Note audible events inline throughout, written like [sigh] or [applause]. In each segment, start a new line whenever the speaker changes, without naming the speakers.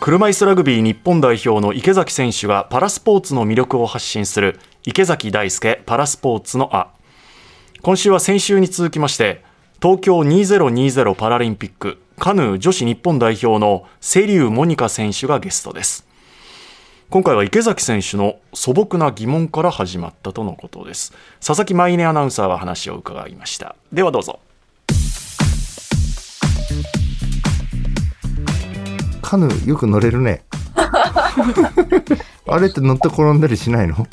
車いすラグビー日本代表の池崎選手がパラスポーツの魅力を発信する池崎大輔パラスポーツのあ今週は先週に続きまして東京2020パラリンピックカヌー女子日本代表の瀬立モニカ選手がゲストです今回は池崎選手の素朴な疑問から始まったとのことです佐々木舞音アナウンサーは話を伺いましたではどうぞ
カヌーよく乗れる [laughs] ねあれって乗って転んだりしないの
3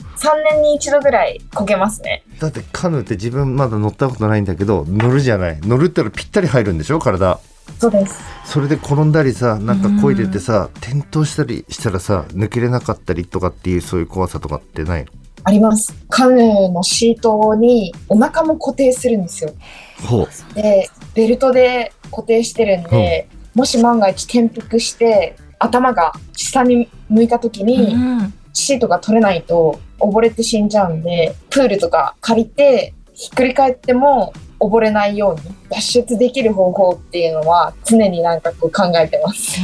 年に一度ぐらいこけますね
だってカヌーって自分まだ乗ったことないんだけど乗るじゃない乗るったらぴったり入るんでしょ体
そうです
それで転んだりさなんか漕いでてさ転倒したりしたらさ抜けれなかったりとかっていうそういう怖さとかってないの
ありますカヌーのシートにお腹も固定するんですよ
ほう
でベルトで固定してるんで、もし万が一転覆して頭が下に向いた時に、
うん
シートが取れないと溺れて死んじゃうんでプールとか借りてひっくり返っても溺れないように脱出できる方法っていうのは常になんかこう考えてます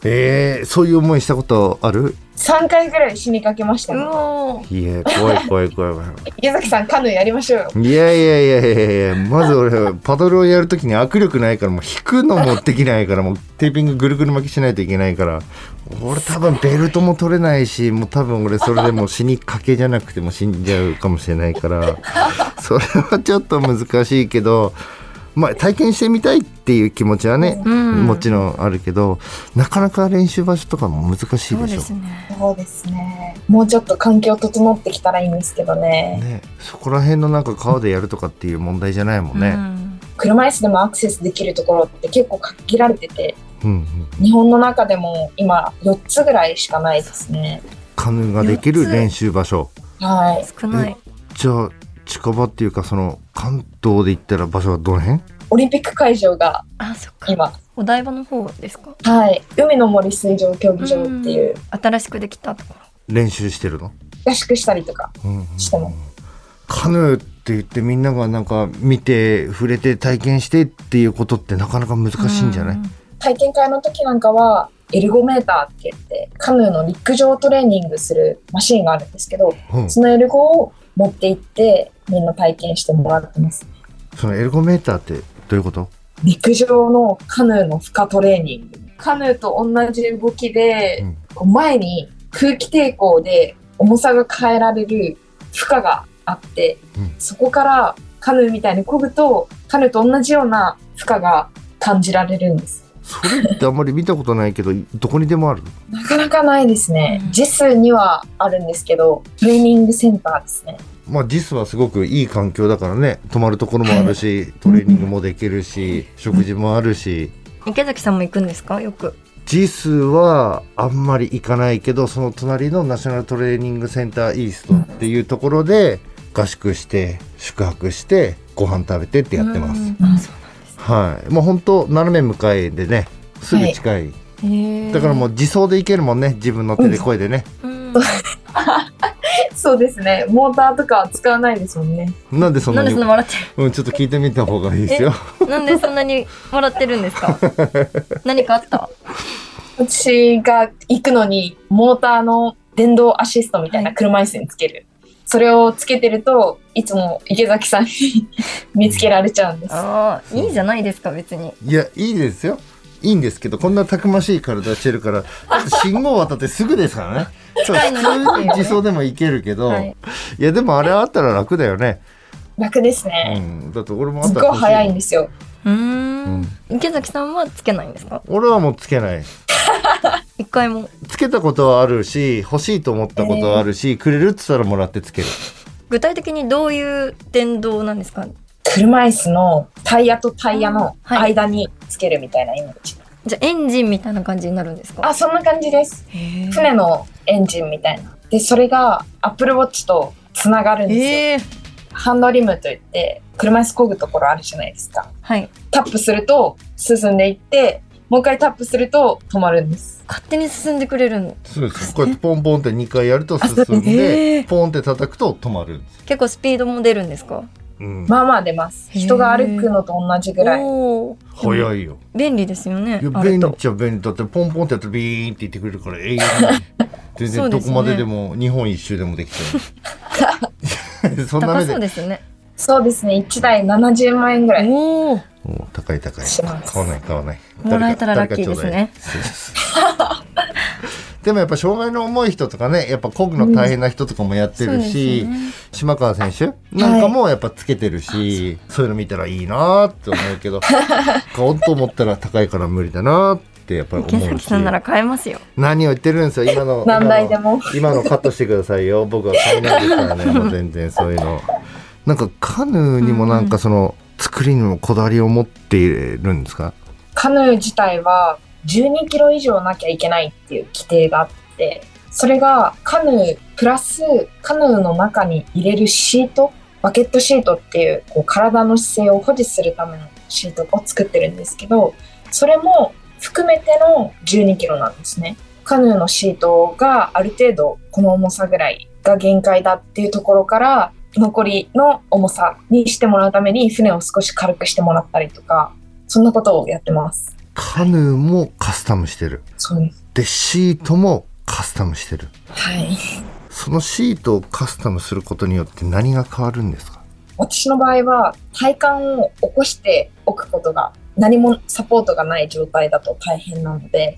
へ
えー、そういう思いしたことある
3回ぐらい死にかけまし
ー
た
う
ね
[laughs]
おー
いや怖い怖い怖い怖い
池崎さんカヌーやりましょうよ
いやいやいやいやいやまず俺パドルをやるときに握力ないからもう引くのもできないからもうテーピングぐるぐる巻きしないといけないから俺多分ベルトも取れないしもう多分俺それでもう死にかけじゃなくても死んじゃうかもしれな
[laughs]
いからそれはちょっと難しいけどまあ体験してみたいっていう気持ちはね、
うん
もちろんあるけどなかなか練習場所とかも難しい
そう
でし
で
ょ
すね
そうですね。もうちょっと環境整ってきたらいいんですけどね。
ね、そこら辺のなんか川でやるとかっていう問題じゃないもん
う
ね。
ん
車椅子でもアクセスできるところって結構限られてて、
うんうん
日本の中でも今4つぐらいしかないですね。
カヌーができる練習場所
はい。
少ない
じゃあ近場っていうかその関東で言ったら場所はどの辺
オリンピック会場が
あそっか
今、
お台場の方ですか
はい。海の森水上競技場っていう、
新しくできたとこ
練習してるの、
合宿したりとか
うんうん
しても。
カヌーって言ってみんながなんか見て触れて体験してっていうことってなかなか難
ろ
しいんじゃない、
う
体験会の時なんかは、エルゴメーターって言って、カヌーの陸上トレーニングするマシンがあるんですけど、
うん
そのエルゴを持って行って、みんな体験してもらってます。
そのエルゴメーターってどういうこと
陸上のカヌーの負荷トレーニングカヌーと同じ動きで、こう前に空気抵抗で重さが変えられる負荷があって、
うん
そこからカヌーみたいに漕ぐとカヌーと同じような負荷が感じられるんです
それってあんまり見たことないけどどこにでもある
なかなかないですね、
うん
ジェスにはあるんですけどトレーニングセンターですね
まあ JIS はすごくいい環境だからね泊まるところもあるしトレーニングもできるし食事もあるし
池崎さんも行くんですかよく
ジスはあんまり行かないけどその隣のナショナルトレーニングセンターイーストっていうところで合宿して宿泊してご飯食べてってやってます、
うんあそう
はいもうほんと斜め向かいでねすぐ近い、
へー
だからもう自走で行けるもんね自分の手で声でね、
うん
そうですねモーターとかは使わないですもんね
なんでそん
な
なん
で
に
そんな笑って
うん、ちょっと聞いてみた方がいいですよ
るなんでそんなに笑ってるんです
[laughs]
か何かあった
私が行くのにモーターの電動アシストみたいな車椅子につける、それをつけてるといつも池崎さんに [laughs] 見つけられちゃうんです
ああいいじゃないですか別に
いやいいですよいいんですけどこんなたくましい体してるからだって信号渡ってすぐですからねそう
近いのにっていうね
普通に自走でも行けるけど、
はい
いやでもあれあったら楽だよね。
楽です
う
ね、
ん、だって俺もあ
す
っ
ったごい
ら
早いん
欲し
ですよ
うー
もん
ん池崎さんはつけないんですか
俺はもうつけない。
一回も
つけたことはあるし、欲しいと思ったことはあるし、くれるっつったらもらってつける。
具体的にどういう電動なんですか
車椅子のタイヤとタイヤの
はい
間につけるみたいなイメージ、
じゃあエンジンみたいな感じになるんですか
あそんな感じです
へー
船のエンジンみたいなでそれがアップルウォッチとつながるんですよ、
ええ
ハンドリムといって車椅子漕ぐところあるじゃないですか
はい
タップすると進んでいってもう一回タップすると止まるんです
勝手に進んでくれるの
そうです。こうやってポンポンって2回やると進ん
えー
で、ポンって叩くと止まるんです。
結構スピードも出るんですか
うん。
まあまあ出ます
へー
人が歩くのと同じぐらい
おー
早いよ。
便利ですよね
いや
あ
便
る
利
と
っちゃ便利だってポンポンってやったらビーンって言ってくれるから永遠に全
そ
然
う
ど
です
こ
ね
まででも日本一周でもできちゃうそんな
[laughs] 高
目
そう
で
ですね
そうですね、1台70万円ぐらい
おお
もう高い高い
します
買わない買わない
もらえたらラッキーですね
誰か誰かちょうだいそうそうでもやっぱ障害の重い人とかねやっぱこぐの大変な人とかもやってるし、島川選手なんかもやっぱつけてるし、そういうの見たらいいなーって思う
[laughs]
けど買おうと思ったら高いから無理だなーってやっぱり思
池
う
崎
し
さんなら買えますよ
何を言ってるんですよ今の
何台でも
今の今のカットしてくださいよ僕は買えないですから
[laughs]
ねもう全然そういうのなんかカヌーにもなんかその、作りにもこだわりを持っているんですか
カヌー自体は12キロ以上なきゃいけないっていう規定があって、それがカヌープラスカヌーの中に入れるシート、バケットシートっていうこう体の姿勢を保持するためのシートを作ってるんですけど、それも含めての12キロなんですね。カヌーのシートがある程度この重さぐらいが限界だっていうところから残りの重さにしてもらうために船を少し軽くしてもらったりとか、そんなことをやってます。
カヌーもカスタムしてる
そうです。
でシートもカスタムしてる
はい。
そのシートをカスタムすることによって何が変わるんですか
私の場合は体幹を起こしておくことが何もサポートがない状態だと大変なので、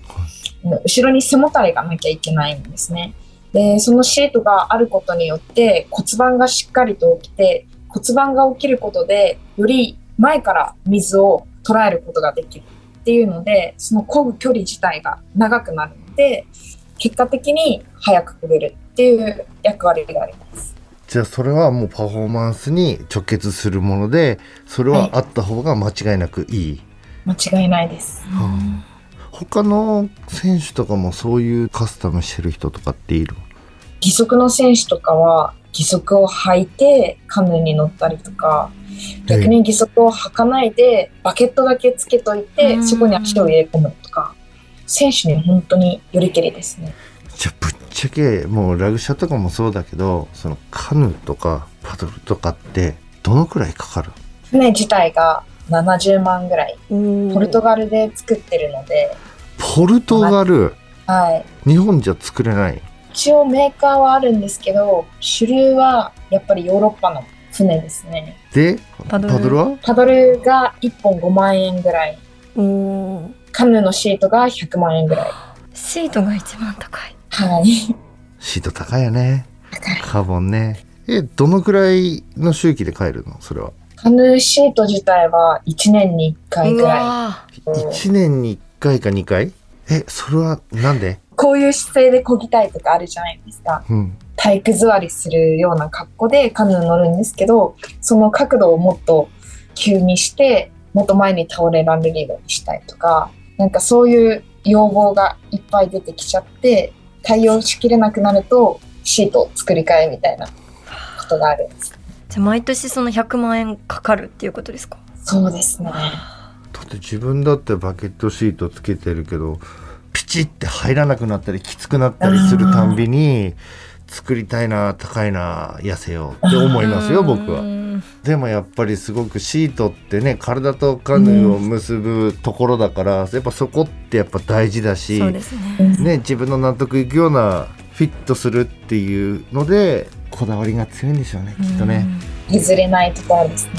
うん後ろに背もたれがなきゃいけないんですね。で、そのシートがあることによって骨盤がしっかりと起きて、骨盤が起きることでより前から水を捉えることができるっていうので、その漕ぐ距離自体が長くなるので、結果的に早く漕げるっていう役割があります。
じゃあそれはもうパフォーマンスに直結するものでそれはあった方が間違いなくいい、
間違いないです。
はあ他の選手とかもそういうカスタムしてる人とかっている
義足の選手とかは義足を履いてカヌーに乗ったりとか逆に義足を履かないでバケットだけつけというて
ん
そこに足を入れ込むとか選手に本当によりけりですね
じゃあぶっちゃけもうラグシャとかもそうだけどそのカヌーとかパドルとかってどのくらいかかる
船自体が70万ぐらいポ
ポ
ルトガルで作ってるので、
ポルトガル
はい、
日本じゃ作れない
一応メーカーはあるんですけど主流はやっぱりヨーロッパの船ですね
で
パ
パド
ド
ル
ル
は
パドルが1本5万円ぐらい
おお
カヌーのシートが100万円ぐらい
シートが一番高い
はい
シート高いよね
高い
カーボンねえどのくらいの周期で帰るのそれは
カヌーシート自体は1年に1回
う
ぐら
わー
いこう
1年に1回か2回えそれはなんで
こういう姿勢で漕ぎたいとかあるじゃないですか
うん
体育座りするような格好でカヌー乗るんですけどその角度をもっと急にしてもっと前に倒れられるようにしたいとかなんかそういう要望がいっぱい出てきちゃって対応しきれなくなるとシートを作り替えみたいなことがあるんです
じゃあ毎年その100万円かかるっていうことですか
そうですね
だって自分だってバケットシートつけてるけどピチって入らなくなったりきつくなったりするたんびに作りたいな高いな痩せようって思いますよ
うーん
僕は。でもやっぱりすごくシートってね体とカヌーを結ぶところだから、やっぱそこってやっぱ大事だし、
そうですね
ね、自分の納得いくようなフィットするっていうのでこだわりが強いんでしょうねきっとね。
譲れないところですね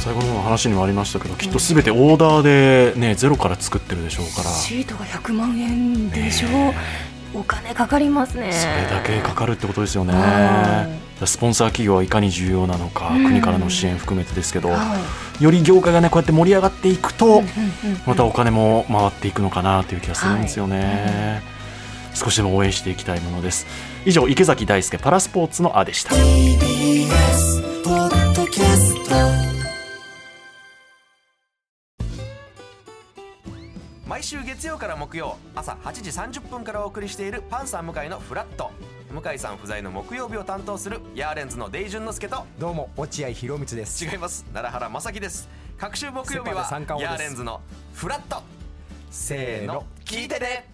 最後の方の話にもありましたけどきっとすべてオーダーで、ね、ゼロから作ってるでしょうからそ
シートが100万円でしょ、
ね
お金かかりますね
れだけかかるってことですよね
は
スポンサー企業はいかに重要なのか
うん
国からの支援含めてですけど
は
より業界がねこうやって盛り上がっていく
いうんう
と
んうん
またお金も回っていくのかなという気がするんですよね、少しでも応援していきたいものです以上池崎大輔パラスポーツのあでした
TBS ポッドキャスト
毎週月曜から木曜朝8時30分からお送りしているパンサー向井のフラット向井さん不在の木曜日を担当するヤーレンズのデイジュンの之介と
どうも落合博満です
違います奈良原正樹です各週木曜日は
セパで三冠王
ヤ
で
ー
す
レンズのフラット
せ
せー
ー
の
の
聞いてて、ね